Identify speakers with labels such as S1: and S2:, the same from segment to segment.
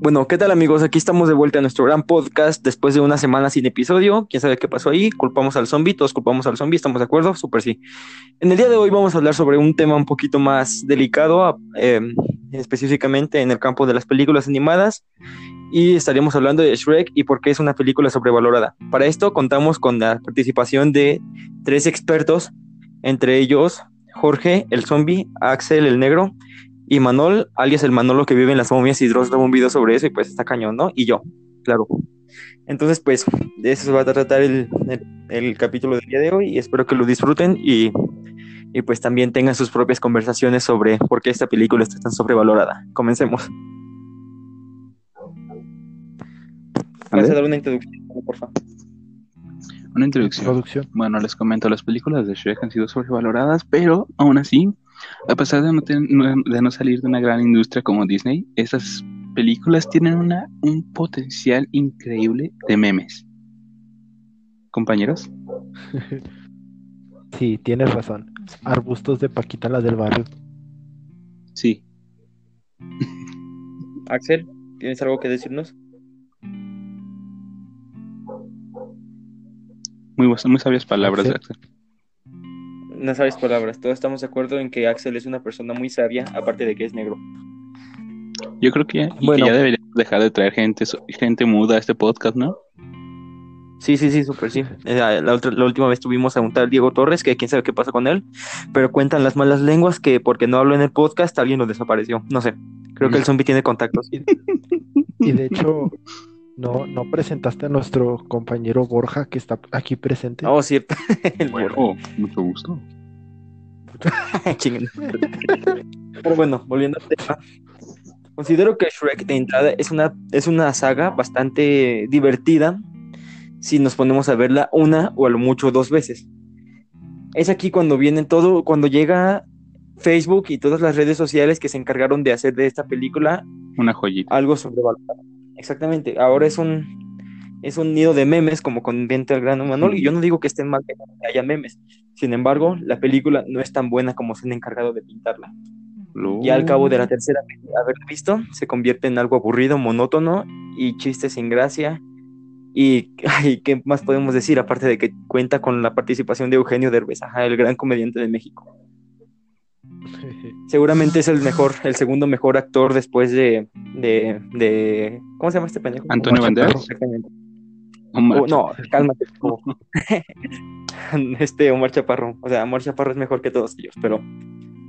S1: Bueno, ¿qué tal amigos? Aquí estamos de vuelta a nuestro gran podcast después de una semana sin episodio. ¿Quién sabe qué pasó ahí? Culpamos al zombie, todos culpamos al zombie, ¿estamos de acuerdo? Súper sí. En el día de hoy vamos a hablar sobre un tema un poquito más delicado, eh, específicamente en el campo de las películas animadas. Y estaremos hablando de Shrek y por qué es una película sobrevalorada. Para esto contamos con la participación de tres expertos, entre ellos Jorge, el zombie, Axel, el negro y Manol, alias el Manolo que vive en las momias y Dross grabó un video sobre eso y pues está cañón, ¿no? Y yo, claro. Entonces, pues, de eso se va a tratar el, el- el capítulo del día de hoy y espero que lo disfruten y, y pues también tengan sus propias conversaciones sobre por qué esta película está tan sobrevalorada. Comencemos. Vas a dar una introducción, por favor.
S2: Una introducción.
S3: Producción.
S2: Bueno, les comento, las películas de Shrek han sido sobrevaloradas, pero aún así, a pesar de no, ten- no- de no salir de una gran industria como Disney, estas películas tienen una, un potencial increíble de memes. Compañeros,
S3: Sí, tienes razón. Arbustos de Paquita, la del barrio.
S2: sí.
S1: Axel, ¿tienes algo que decirnos?
S2: Muy, bu- muy sabias palabras,
S3: Sí.
S2: Axel.
S1: No sabes palabras, todos estamos de acuerdo en que Axel es una persona muy sabia, aparte de que es negro.
S2: Yo creo que ya, y que
S1: Bueno.
S2: ya deberíamos dejar de traer gente, so- gente muda a este podcast, ¿no?
S1: Sí, sí, sí, súper sí. Eh, La, la otra- la última vez tuvimos a un tal Diego Torres, que quién sabe qué pasó con él, pero cuentan las malas lenguas que porque no habló en el podcast alguien lo desapareció. No sé, creo que el zombie tiene contactos.
S3: Y de hecho, no, no presentaste a nuestro compañero Borja, que está aquí presente.
S1: Oh, cierto. El burro.
S2: Oh, mucho gusto.
S1: Chinguen. Pero bueno, volviendo al tema. Considero que Shrek de entrada es una, es una saga bastante divertida si nos ponemos a verla una o a lo mucho dos veces. Es aquí cuando viene todo, cuando llega Facebook y todas las redes sociales que se encargaron de hacer de esta película
S2: Una joyita.
S1: algo sobrevalorado. Exactamente. Ahora es un es un nido de memes, como conventa el gran Manuel, y yo no digo que estén mal que haya memes. Sin embargo, la película no es tan buena como se han encargado de pintarla.
S2: Lo-
S1: Y al cabo de la tercera vez de haberla visto, se convierte en algo aburrido, monótono y chistes sin gracia. Y ay, qué más podemos decir, aparte de que cuenta con la participación de Eugenio Derbez, ajá, el gran comediante de México. Seguramente es el mejor, el segundo mejor actor después de, de, de ¿cómo se llama este pendejo?
S2: Antonio
S3: Omar
S2: Banderas.
S3: Chaparro.
S1: Exactamente.
S2: Oh, man.
S1: O- no, cálmate. como- este Omar Chaparro. O sea, Omar Chaparro es mejor que todos ellos, pero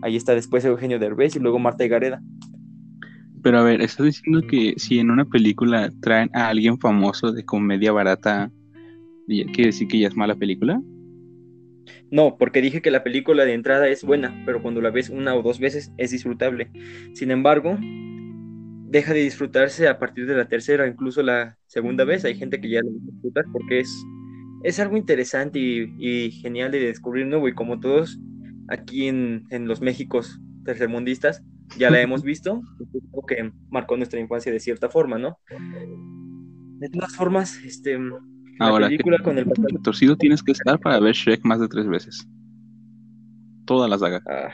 S1: ahí está después Eugenio Derbez y luego Marta Gareda.
S2: Pero a ver, estás diciendo que si en una película traen a alguien famoso de comedia barata, ¿ya- ¿quiere decir que ya es mala película?
S1: No, porque dije que la película de entrada es buena, pero cuando la ves una o dos veces es disfrutable. Sin embargo, deja de disfrutarse a partir de la tercera, incluso la segunda vez. Hay gente que ya la va a disfrutar porque es, es algo interesante y, y genial de descubrir nuevo. Y como todos aquí en, en los Méxicos tercermundistas ya la hemos visto, es algo que marcó nuestra infancia de cierta forma, ¿no? De todas formas, este, la
S2: Ahora, ¿qué
S1: película con el pasar
S2: tan torcido tienes que estar para ver Shrek más de tres veces? Toda la saga.
S1: Ah,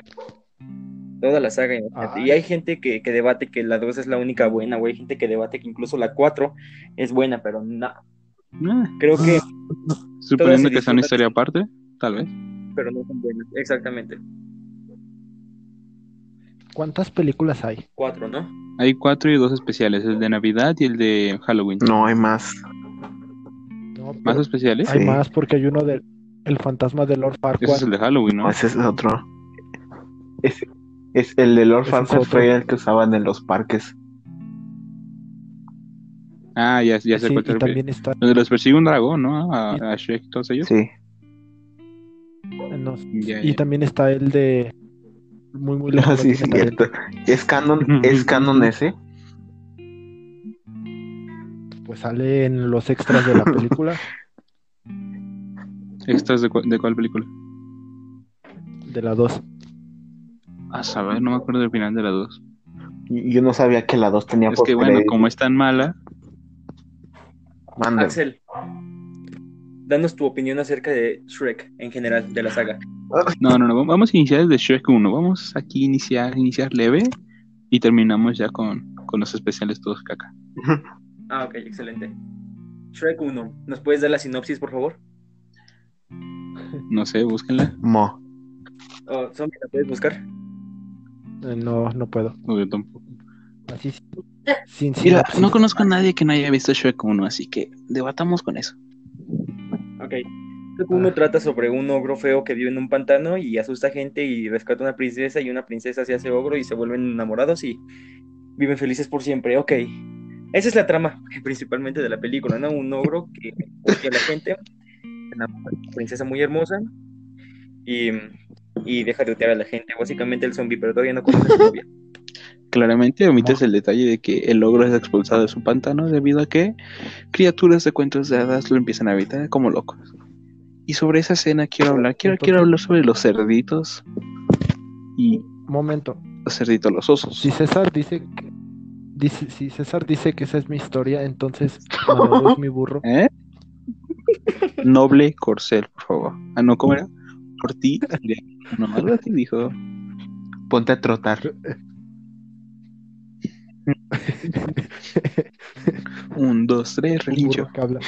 S1: toda la saga. imagínate. Y
S3: Ay.
S1: hay gente que, que debate que la 2 es la única buena, güey. Hay gente que debate que incluso la 4 es buena, pero no.
S2: Ah,
S1: Creo que, todas
S2: suponiendo
S1: se
S2: que sea
S1: disfrutan.
S2: una historia aparte, tal vez.
S1: pero no son buenas. Exactamente.
S3: ¿Cuántas películas hay?
S1: 4, ¿no?
S2: Hay cuatro y dos especiales, el de Navidad y el de Halloween.
S4: No hay más.
S3: No,
S2: ¿Más
S3: pero
S2: especiales?
S3: hay
S4: sí.
S3: más porque hay uno del el fantasma de Lord
S2: Ese es
S3: Farquaad.
S2: el de Halloween, ¿no?
S4: No, ese es otro. Es, es el de Lord
S3: Es
S4: Farquaad
S3: otro.
S4: fue el que usaban en los parques.
S2: Ah, ya, ya sé
S3: Sí,
S2: cuál te
S3: y
S2: refieres.
S3: también está
S2: Donde los persigue un dragón, ¿no? A, a Shrek y todos ellos.
S4: Sí.
S3: no,
S2: Ya,
S3: y
S2: ya.
S3: también está el de muy muy lejos.
S4: sí,
S3: también está el-
S4: cierto. ¿Es canon, ¿Es canon ese?
S3: Pues sale en los extras de la película
S2: ¿Extras de, cu- de cuál película?
S3: de la 2.
S2: A saber, no me acuerdo del final de las dos.
S4: Yo no sabía que la 2 tenía
S2: Es que bueno, como es tan mala,
S4: Mande.
S1: Axel, danos tu opinión acerca de Shrek en general, de la saga.
S2: No, no, no, vamos a iniciar desde Shrek 1. Vamos aquí a iniciar, iniciar leve y terminamos ya con, con los especiales todos caca.
S1: Ah, ok, excelente. Shrek 1, ¿nos puedes dar la sinopsis, por favor?
S2: No sé, búsquenla.
S4: Mo.
S1: Oh, Zombie, ¿la puedes buscar?
S3: Eh, No, no puedo.
S2: No, yo tampoco.
S3: Así sí. Sin
S2: Mira,
S3: sinopsis.
S2: no conozco a nadie que no haya visto Shrek 1, así que debatamos con eso.
S1: Ok. Shrek 1
S3: Ah.
S1: trata sobre un ogro feo que vive en un pantano y asusta gente y rescata a una princesa y una princesa se hace ogro y se vuelven enamorados y viven felices por siempre. Ok. Esa es la trama principalmente de la película, ¿no? Un ogro que odia a la gente, se enamora de una princesa muy hermosa y, y deja de odiar a la gente. Básicamente el zombie, pero todavía no conoce a su novia.
S2: Claramente omites el detalle de que el ogro es expulsado de su pantano debido a que criaturas de cuentos de hadas lo empiezan a habitar como locos. Y sobre esa escena quiero hablar, quiero, quiero hablar sobre los cerditos y
S3: Momento.
S2: los cerditos, los osos.
S3: Si César dice que. dice- si César dice que esa es mi historia, entonces Manolo es mi burro.
S2: ¿Eh? Noble corcel, por favor. Ah, no, ¿cómo era? Por ti, diré. no, algo así dijo.
S4: Ponte a trotar.
S2: Un, dos, tres,
S3: Un
S2: relincho.
S3: burro que habla.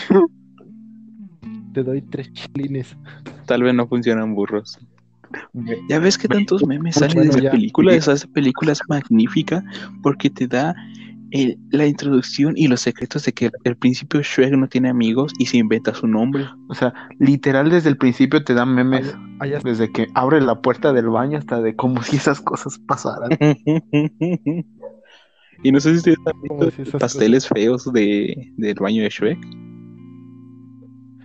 S3: Te doy tres chilines.
S2: Tal vez no funcionan burros.
S4: Ve-
S2: Ya ves que
S4: Ve-
S2: tantos memes salen
S3: Bueno,
S2: de esa
S3: ya.
S2: película. Esa esa película es magnífica porque te da el- la introducción y los secretos de que el principio Shrek no tiene amigos y se inventa su nombre.
S4: O sea, literal desde el principio te dan memes.
S3: Allá
S4: Desde que abre la puerta del baño hasta de como si esas cosas pasaran.
S2: y no sé si ustedes han
S3: como
S2: visto
S3: si esas
S2: pasteles feos de, del baño de Shrek.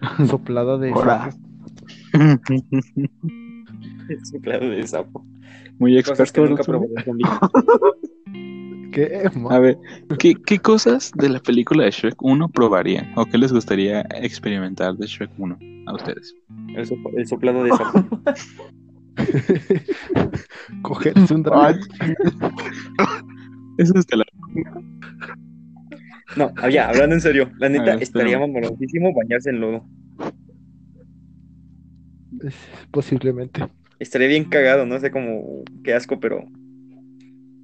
S3: cosas soplada de
S4: Ahora,
S1: Es un claro de sapo.
S2: Muy
S1: Cosas
S2: experto.
S1: que nunca
S2: ¿no?
S1: probó el zombie.
S3: ¿Qué?
S2: A ver, ¿qué, qué cosas de la película de Shrek 1 probarían? ¿O qué les gustaría experimentar de Shrek 1 a ustedes?
S1: El, sopla- el soplado de sapo.
S3: Cogerse un dragón.
S2: Eso es de la
S1: No, ah, ya, hablando en serio, la neta
S2: ver,
S1: estaría
S2: espérame.
S1: mamalotísimo bañarse en lodo.
S3: Es- Posiblemente.
S1: Estaría bien cagado, no sé cómo, qué asco, pero.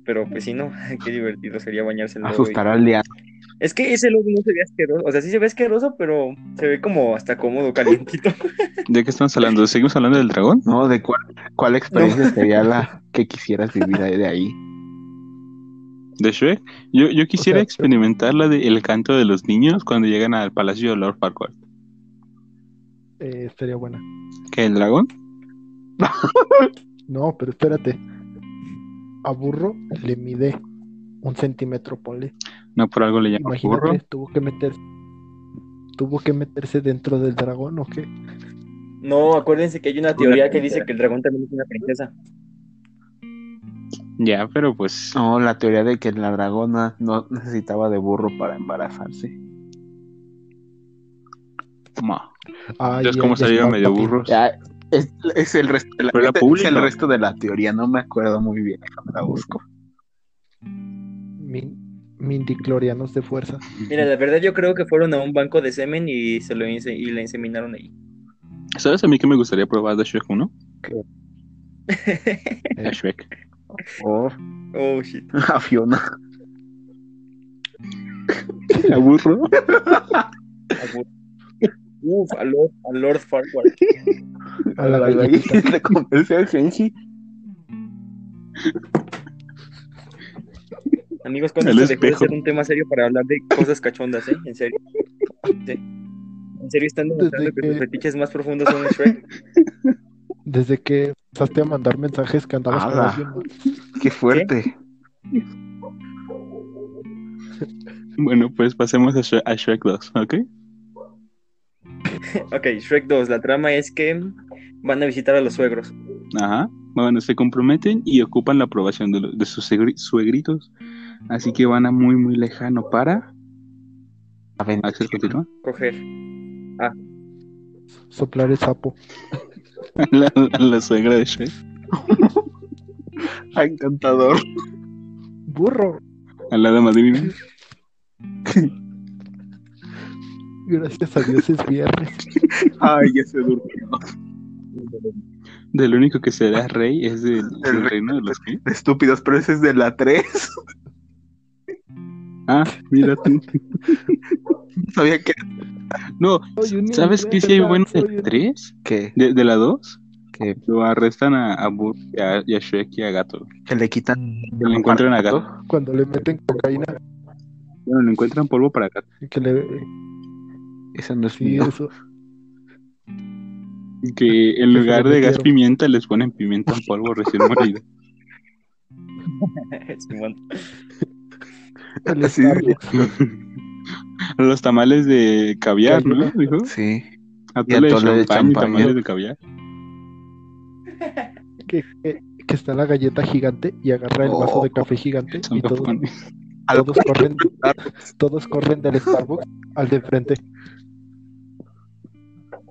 S1: Pero pues sí, ¿no? Qué divertido sería bañarse en lodo. y-
S4: asustar al día.
S1: Es que ese lodo no se ve asqueroso. O sea, sí se ve asqueroso, pero se ve como hasta cómodo, calientito.
S2: ¿De qué estamos hablando? ¿Seguimos hablando del dragón?
S4: ¿No? ¿De cuál, cuál experiencia sería la que quisieras vivir ahí de ahí?
S2: ¿De Shrek? Yo, yo quisiera
S3: O sea,
S2: experimentar la de El canto de los niños cuando llegan al palacio de Lord Farquaad.
S3: Eh, estaría buena.
S2: ¿Qué, el dragón?
S3: No, pero espérate. A burro le mide un centímetro, ponle.
S2: No por algo le llaman
S3: Imagínate,
S2: burro.
S3: tuvo que meterse. Tuvo que meterse dentro del dragón o qué.
S1: No, acuérdense que hay una teoría que dice que el dragón también es una princesa.
S2: Ya, pero pues...
S4: No, la teoría de que la dragona no necesitaba de burro para embarazarse.
S2: ma.
S3: Ay,
S2: Entonces, ¿cómo
S3: ay, ay,
S2: salieron
S3: papi.
S2: medio burros?
S4: Ya, es, es el resto de la,
S2: Pero era
S4: es
S2: público.
S4: el resto de la teoría, no me acuerdo muy bien, déjame la busco.
S3: Min- Mindiclorianos de fuerza.
S1: Mira, la verdad yo creo que fueron a un banco de semen y se lo inse- y la inseminaron ahí.
S2: ¿Sabes a mí que me gustaría probar de Shrek 1? De Shrek.
S4: Oh,
S1: oh, shit.
S4: a Fiona.
S2: ¿A burro?
S1: Abu- Uf, a Lord, a Lord Farquaad.
S3: A la galletita.
S4: le convenció a Genji.
S1: Amigos, cuando
S2: El
S1: esto dejó de
S2: espejo.
S1: ser un tema serio para hablar de cosas cachondas, ¿eh? En serio. Sí. En serio, están demostrando
S3: Desde
S1: que, sus
S3: que-
S1: fetiches más profundos son Shrek.
S3: Desde que empezaste a mandar mensajes que andabas con
S4: Ala.
S3: alguien más.
S4: Qué fuerte.
S2: Bueno, pues pasemos a Shrek, a Shrek 2, ¿ok?
S1: Ok, Shrek 2. La trama es que van a visitar a los suegros.
S2: Ajá. Bueno, se comprometen y ocupan la aprobación de, lo- de sus suegri- suegritos. Así que van a muy, muy lejano para... Axel, continúa.
S1: Coger.
S3: Soplar el sapo.
S2: La, la- la suegra de Shrek.
S4: Ah, Encantador.
S3: Burro.
S2: A la dama de Madrid.
S3: Gracias a Dios es viernes.
S4: Ay, ya se durmió.
S2: Del único que será rey es del, del
S4: rey.
S2: reino de los que.
S4: Estúpidos, pero ese es de la 3.
S2: Ah, mira tú. no sabía que. No, ¿sabes qué sí hay bueno de la 3?
S4: Que,
S2: ¿De, de la 2?
S4: que,
S2: Lo arrestan a, a Burr y a, y a Shrek y a Gato.
S4: que le quitan.
S2: Que lo encuentran a Gato.
S3: Cuando le meten cocaína,
S2: Bueno, le encuentran polvo para Gato.
S3: que le.
S4: Eso no es
S3: Sí,
S4: mío.
S3: eso.
S2: Que en
S3: Eso
S2: lugar
S3: lo
S2: de gas
S3: metieron.
S2: pimienta les ponen pimienta en polvo recién morida.
S1: Simón.
S3: El
S4: Así de-
S3: Starbucks.
S2: Los tamales de caviar, ¿no? Dijo.
S4: Sí.
S2: Atole de
S4: atole
S2: champán
S4: de
S2: y
S4: champaña.
S2: tamales de caviar.
S3: que, que- que está la galleta gigante y agarra el vaso
S4: Oh.
S3: de café gigante
S2: Son
S3: y todos,
S2: japoneses.
S4: Al-
S3: todos corren todos corren del Starbucks al de frente.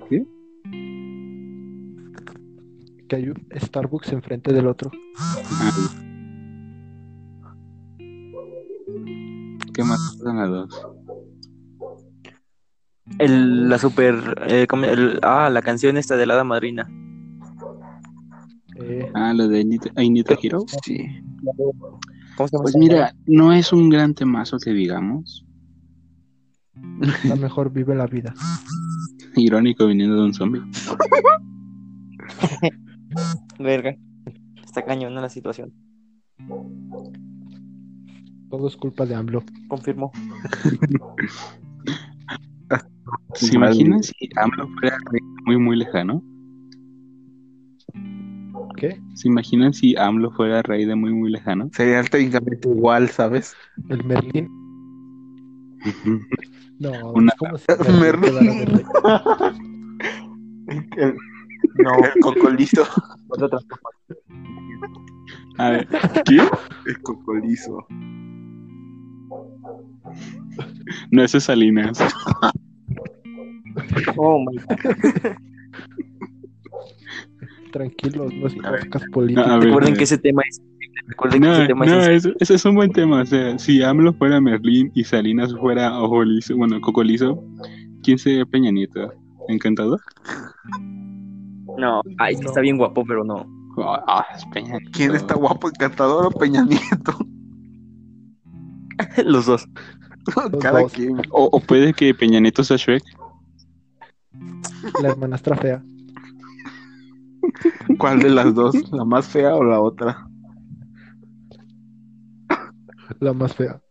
S2: ¿Qué?
S3: Que hay un Starbucks enfrente del otro.
S2: ¿Qué más son las dos?
S1: El, la super. eh, ¿cómo- el- ah, la canción esta de la hada madrina.
S3: Eh,
S2: Ah, lo de Ainita, Ainita Hero.
S4: Sí.
S1: ¿Cómo se llama
S2: Pues
S1: esa?
S2: mira, no es un gran temazo que digamos.
S3: la mejor vive la vida.
S2: Irónico viniendo de un zombie.
S1: Verga. Está cañona la situación.
S3: Todo es culpa de AMLO.
S1: Confirmo.
S2: ¿Se
S4: Mal.
S2: imaginan si AMLO fuera rey muy, muy lejano?
S3: ¿Qué?
S2: ¿Se imaginan si AMLO fuera rey de muy, muy lejano?
S4: Sería técnicamente igual, ¿sabes?
S3: El Merlín. No,
S2: Una-
S3: es como si el Merlín quedara de rey.
S1: No,
S4: cocolizo.
S1: otra trampa.
S2: A ver, ¿qué?
S4: El cocolizo.
S2: No, eso es Salinas.
S1: Oh my god.
S3: Tranquilos, no es
S4: A ver.
S3: podcast
S2: A
S3: político.
S2: ver,
S1: Recuerden
S2: a ver.
S1: que ese tema es. Recuerden que
S2: No,
S1: ese tema
S2: no,
S1: es.
S2: eso, eso es un buen tema. O sea, si AMLO fuera Merlín y Salinas fuera Ojo Liso, bueno, Coco Liso, ¿quién sería Peña Nieto? ¿Encantador?
S1: No, ay, es que
S3: No.
S1: está bien guapo, pero no.
S2: Ah, ah, es Peña Nieto.
S4: ¿Quién está guapo, encantador o Peña Nieto?
S1: Los dos.
S4: Cada
S3: dos.
S4: quien.
S2: O, o puede que Peña Nieto sea Shrek.
S3: La hermanastra fea.
S4: ¿Cuál de las dos? ¿La más fea o la otra?
S3: La más fea.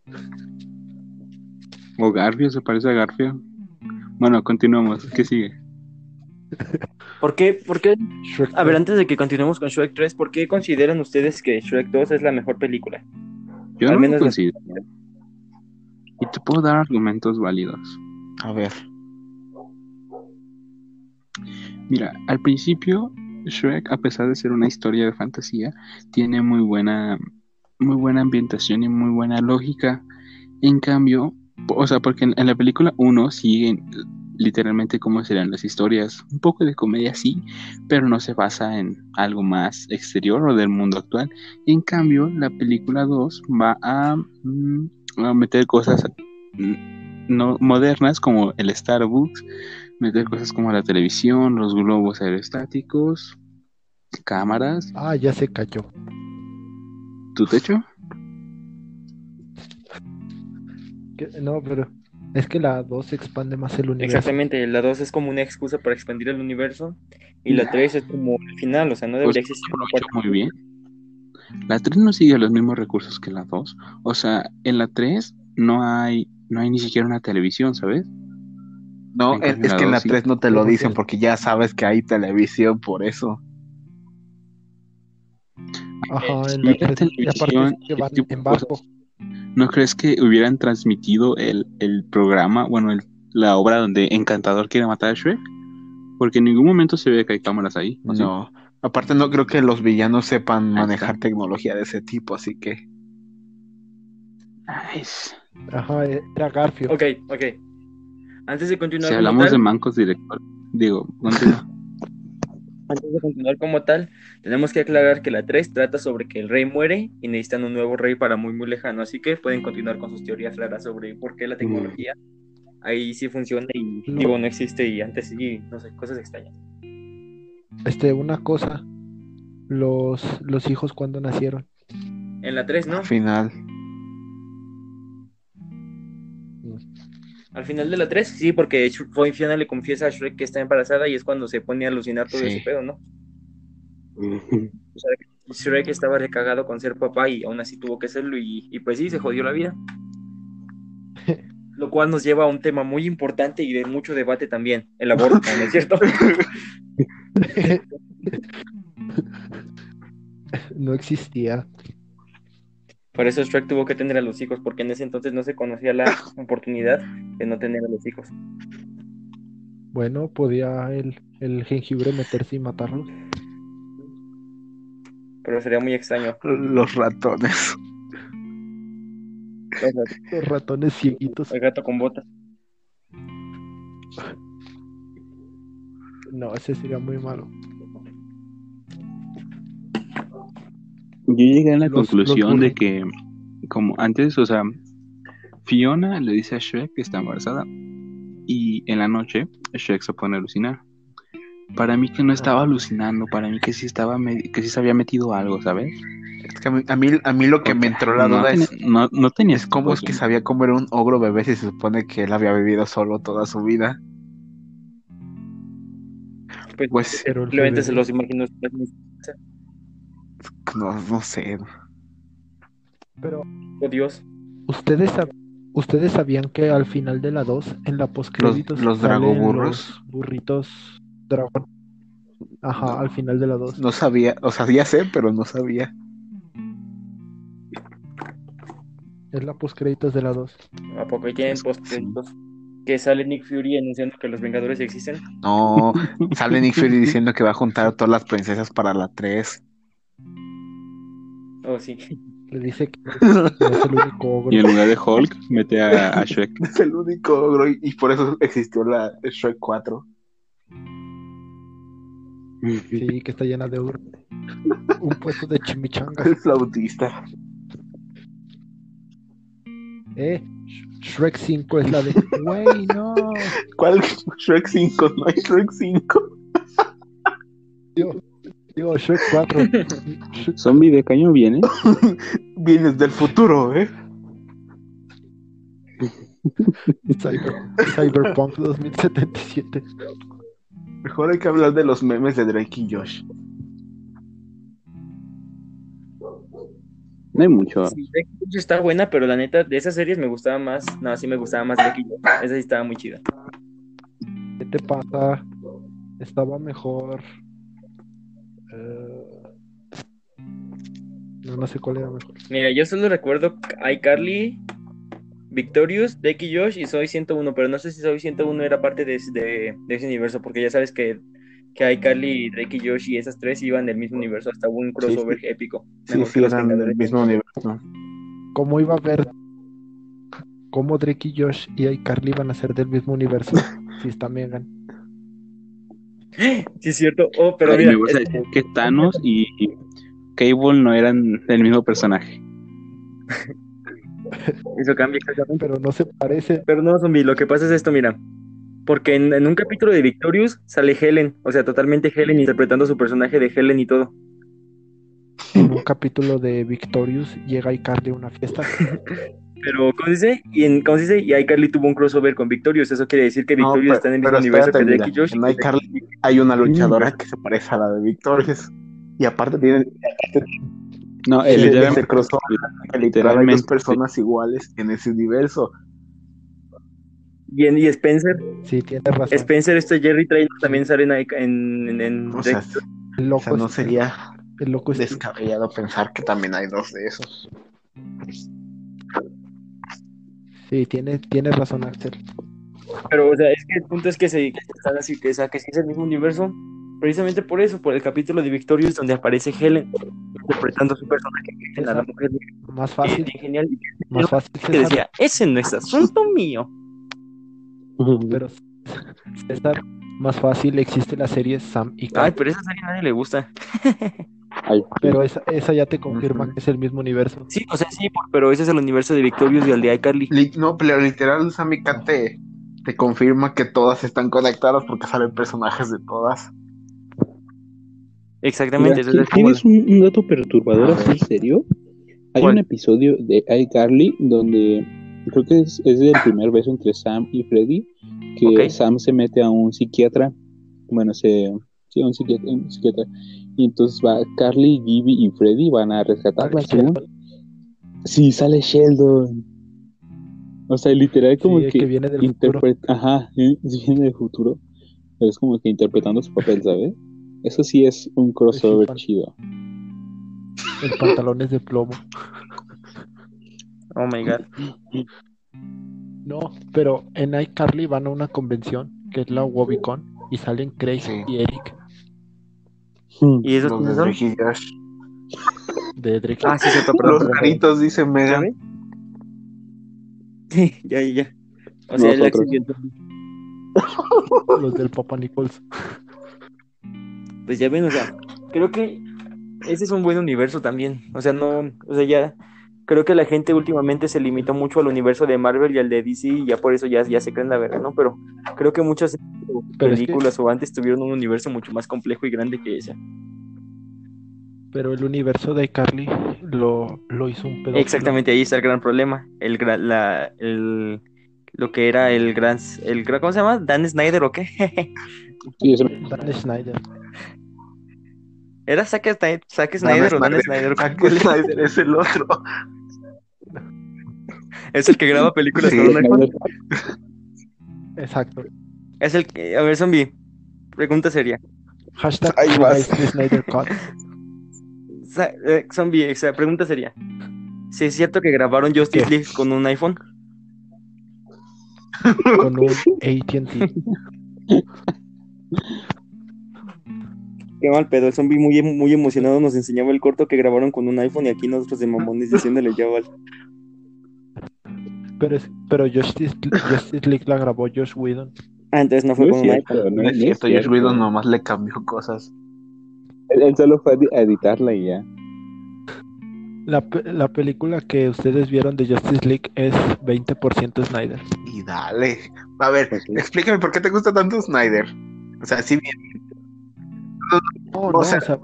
S2: O Garfio, se parece a Garfio. Bueno, continuamos. ¿Qué sigue?
S1: ¿Por qué? ¿Por qué?
S3: Shrek
S1: A ver, antes de que continuemos con Shrek 3, ¿por qué consideran ustedes que Shrek 2 es la mejor película?
S2: Yo
S1: Al
S2: no
S1: menos
S2: lo
S1: la-
S2: considero. Y te puedo dar argumentos válidos.
S4: A ver.
S2: Mira, al principio Shrek, a pesar de ser una historia de fantasía, tiene muy buena, muy buena ambientación y muy buena lógica. En cambio, po- o sea, porque en, en la película uno siguen literalmente cómo serán las historias. Un poco de comedia sí, pero no se basa en algo más exterior o del mundo actual. En cambio, la película 2 va a, mm, a meter cosas mm, no modernas como el Starbucks meter cosas como la televisión, los globos aerostáticos, cámaras,
S3: Ah, ya se cayó.
S2: tu techo.
S3: Que- No, pero es que la 2 expande más el universo.
S1: Exactamente, la 2 es como una excusa para expandir el universo y la 3 es como el final, o sea, no
S2: Pues,
S1: debería existir una
S2: aprovechó
S1: cuarta.
S2: muy bien. La 3 no sigue los mismos recursos que la 2. O sea, en la 3 no hay, no hay ni siquiera una televisión, ¿sabes?
S4: No,
S2: En
S4: es,
S2: cambio,
S4: es
S2: la
S4: que en la
S2: dos sí.
S4: 3 no te lo
S3: Sí, sí.
S4: dicen porque ya sabes que hay televisión por eso.
S3: Ajá,
S2: Eh,
S3: en la
S2: sí, la
S3: 3. Y aparte
S2: televisión,
S3: es que van
S2: ese tipo
S3: este en
S2: de
S3: barco.
S2: ¿No crees que hubieran transmitido el, el programa, bueno, el- la obra donde Encantador quiere matar a Shrek? Porque en ningún momento se ve que hay cámaras ahí. ¿o sí?
S4: No. Aparte no creo que los villanos sepan
S2: Ahí
S4: manejar tecnología de ese tipo, así que...
S2: Ay, es-
S3: Ajá, eh, era Garfio.
S1: Ok, ok. Antes de continuar
S2: si
S1: como
S2: hablamos
S1: tal-
S2: de mancos director, digo, continúa.
S1: Antes de continuar como tal, tenemos que aclarar que la 3 trata sobre que el rey muere y necesitan un nuevo rey para muy muy lejano, así que pueden continuar con sus teorías raras sobre por
S2: Mm.
S1: qué la tecnología ahí sí funciona y
S3: No.
S1: digo no existe y antes sí, no sé, cosas extrañas.
S3: Este, una cosa. Los, los hijos cuando nacieron.
S1: En la 3 no,
S4: Al final.
S1: Al final de la 3, sí, porque Sh- Fo- Fiona le confiesa a Shrek que está embarazada y es cuando se pone a alucinar todo
S2: Sí.
S1: ese pedo, ¿no? O sea, Shrek estaba recagado con ser papá y aún así tuvo que serlo y, y pues sí, se jodió la vida. Lo cual nos lleva a un tema muy importante y de mucho debate también, el aborto, ¿no es cierto?
S3: No existía.
S1: Por eso Shrek tuvo que tener a los hijos, porque en ese entonces no se conocía la oportunidad de no tener a los hijos.
S3: Bueno, podía el, el jengibre meterse y matarlo.
S1: Pero sería muy extraño.
S2: Los ratones.
S3: Los ratones cieguitos.
S1: El gato con botas.
S3: No, ese sería muy malo.
S2: Yo llegué a la
S3: Los-
S2: conclusión
S3: los
S2: de que, como antes, o sea, Fiona le dice a Shrek que está embarazada y en la noche Shrek se pone a alucinar. Para mí que no estaba alucinando, para mí que sí estaba, me- que sí se había metido algo, ¿sabes?
S4: Es que a mí, a mí, a mí lo que me entró la
S2: no,
S4: duda es,
S2: tenía- no, no tenía
S4: es cómo es que
S2: explicación.
S4: sabía comer un ogro bebé si se supone que él había vivido solo toda su vida.
S1: Pues,
S4: Pues
S3: Pero el
S1: simplemente
S3: bebé-
S1: se los imaginó.
S4: no, no sé.
S3: Pero
S1: Oh Dios.
S3: ustedes sab- ustedes sabían que al final de la 2, en la postcréditos,
S4: Los- los
S3: salen
S4: dragoburros.
S3: los burritos dragón. Ajá,
S4: No.
S3: al final de la 2.
S4: No sabía, o sea, ya sé, pero no sabía.
S3: Es la postcréditos de la 2.
S1: ¿A poco ahí tienen
S2: Sí.
S1: post Que sale Nick Fury anunciando que los Vengadores existen.
S4: No, sale Nick Fury diciendo que va a juntar a todas las princesas para la 3.
S1: Oh, sí.
S3: Le dice que no es el único ogro.
S2: Y en lugar de Hulk, mete a, a Shrek.
S4: Es el único ogro y, y por eso existió la Shrek 4.
S3: Sí, que está llena de ogro. Un puesto de chimichangas.
S4: El flautista.
S3: Eh, Sh- Shrek 5 es la de. Güey, no.
S4: ¿Cuál Shrek 5? No hay Shrek 5.
S3: Digo, Shrek 4. Sh-
S2: Zombie de caño viene.
S4: Vienes del futuro, ¿eh?
S3: Cyber- Cyberpunk 2077.
S4: Mejor hay que hablar de los memes de Drake y Josh.
S2: No hay mucho.
S1: Sí, Drake and Josh está buena, pero la neta, de esas series me gustaba más. No, sí me gustaba más Drake y Josh. Esa sí estaba muy chida.
S3: ¿Qué te pasa? Estaba mejor. Eh, No, no sé cuál era mejor.
S1: Mira, yo solo recuerdo iCarly, Victorious, Drake y Josh y Soy 101, pero no sé si Soy 101 era parte de, ese- de- de ese universo, porque ya sabes que, que iCarly, Drake y Josh y esas tres iban del mismo universo. Hasta hubo un crossover épico.
S4: Sí,
S1: Mejor que
S4: sí,
S1: los
S4: eran del
S1: Vengadores.
S4: mismo universo.
S3: ¿Cómo iba a ver cómo Drake y Josh y iCarly van a ser del mismo universo? Si está Megan.
S1: Sí, es cierto. Oh, pero
S2: Ay,
S1: mira,
S2: me vas a
S1: es-
S2: decir que Thanos y y Cable no eran del mismo personaje.
S1: eso cambia exactamente.
S3: Pero no se parece.
S1: Pero no, zombie, lo que pasa es esto, mira. Porque en, en un capítulo de Victorious sale Helen, o sea, totalmente Helen interpretando su personaje de Helen y todo.
S3: En un capítulo de Victorious llega iCarly a una fiesta.
S1: Pero, ¿cómo se dice? Y en, ¿cómo se dice? Y iCarly tuvo un crossover con Victorious, eso quiere decir que
S4: No,
S1: Victorious
S4: pero-
S1: está en el
S4: pero
S1: mismo universo que
S4: espérate,
S1: Drake y
S4: mira,
S1: Josh. Mm.
S4: en iCarly hay una luchadora que se parece a la de Victorious. Y aparte tienen
S2: No,
S4: el,
S2: él era-
S4: ese crossover que literal hay dos
S2: literalmente,
S4: personas iguales en ese universo.
S1: Y, en- y Spencer,
S3: Sí, tiene razón.
S1: Spencer, este Jerry Trainer también sale en, iC- en, en, en
S4: O
S1: Drake. pues,
S4: sea, o
S3: El loco
S4: sea, no
S3: es-
S4: sería
S3: El loco es-
S4: descabellado pensar que también hay dos de esos.
S3: Sí, tiene, tiene razón, Axel.
S1: Pero, o sea, es que el punto es que se que están así, que, o sea, que sí es el mismo universo. Precisamente por eso, por el capítulo de Victorious donde aparece Helen interpretando su personaje, Helen, a la mujer
S3: Más
S1: bien,
S3: fácil,
S1: bien genial. Y
S3: más fácil.
S1: que
S3: César,
S1: decía, ese no es asunto mío.
S3: pero César, más fácil existe la serie Sam y
S1: Ay,
S3: Cat,
S1: pero esa serie a nadie le gusta.
S2: Ay,
S3: pero esa, esa ya te confirma
S4: Ujú.
S3: que es el mismo universo.
S1: Sí, o sea, sí, por- pero ese es el universo de Victorious y el de iCarly.
S4: Li- No, pero literal Sammy Cat te, te confirma que todas están conectadas porque salen personajes de todas.
S1: Exactamente.
S2: Mira,
S1: eso es
S2: ¿qui-
S1: como-
S2: ¿Quieres un, un dato perturbador así serio? Hay
S1: ¿Cuál?
S2: un episodio de iCarly donde creo que es, es el primer beso entre Sam y Freddy, que
S1: Ok.
S2: Sam se mete a un psiquiatra, bueno, se, sí, a un psiquiatra, un psiquiatra. y entonces va Carly, Gibby y Freddy van a rescatarla.
S3: Sale
S2: según. Sí, sale Sheldon. O sea, literal como
S3: Sí, el
S2: que,
S3: que viene del futuro.
S2: interpre- Ajá, sí, sí, viene del futuro. Es como que interpretando su papel, ¿sabes? Eso sí es un crossover
S3: fan.
S2: chido.
S3: El pantalón es de plomo.
S1: Oh my god.
S3: No, pero en iCarly van a una convención que es la Wobicon y salen Craig
S4: Sí.
S3: y Eric
S1: ¿Y esos
S4: Los de
S1: quiénes son?
S4: Drake y Josh.
S3: de Drake.
S1: Ah, sí, cierto, perdón.
S4: Los caritos, dice
S1: ¿Ya
S4: Megan.
S1: ven? Sí, ya, ya, ya. O sea, el
S2: Nosotros.
S1: accidente.
S3: los del Papa Nichols.
S1: Pues ya ven, o sea, creo que ese es un buen universo también. O sea, no, o sea, ya creo que la gente últimamente se limitó mucho al universo de Marvel y al de DC y ya por eso ya, ya se creen la verga, ¿no? Pero creo que muchas
S3: Pero es que-
S1: películas o antes tuvieron un universo mucho más complejo y grande que ese.
S3: Pero el universo de iCarly lo, lo hizo un pedo.
S1: Exactamente, ahí está el gran problema. El, gra- la, el, lo que era el gran, el, gran- ¿cómo se llama? ¿Dan Snyder o qué?
S2: Sí, eso-
S3: Dan Schneider.
S1: ¿Era Zack Snyder, Zack Snyder o Dan Snyder?
S4: Zack Snyder es el otro.
S1: Es el que graba películas
S4: Sí,
S1: con un iPhone.
S3: Exacto.
S1: Es el que, a ver, zombie, pregunta seria.
S3: Hashtag
S4: Ahí vas.
S3: Snyder- Snyder Cut.
S1: Sa- eh, Zombie, o sea, pregunta sería. Si es cierto que grabaron Justice
S3: ¿Qué?
S1: League con un iPhone.
S3: con un ATT.
S1: Qué mal pedo, el zombie muy, em- muy emocionado nos enseñaba el corto que grabaron con un iPhone y aquí nosotros de mamones diciéndole ya vale.
S3: Pero, es- pero Justice, Justice League la grabó Josh Whedon.
S1: Ah, entonces no
S2: No
S1: fue
S2: es
S1: con un
S2: cierto,
S1: iPhone.
S2: no
S4: No es
S2: es
S4: cierto, Josh
S2: cierto.
S4: Whedon nomás le cambió cosas.
S2: Él, él solo fue a edi- a editarla y ya.
S3: La, pe- la película que ustedes vieron de Justice League es 20% Snyder.
S4: Y dale. A ver,
S2: Pues sí.
S4: explícame por qué te gusta tanto Snyder. O sea, sí bien.
S3: No,
S4: O
S3: no,
S4: sea,
S3: o sea,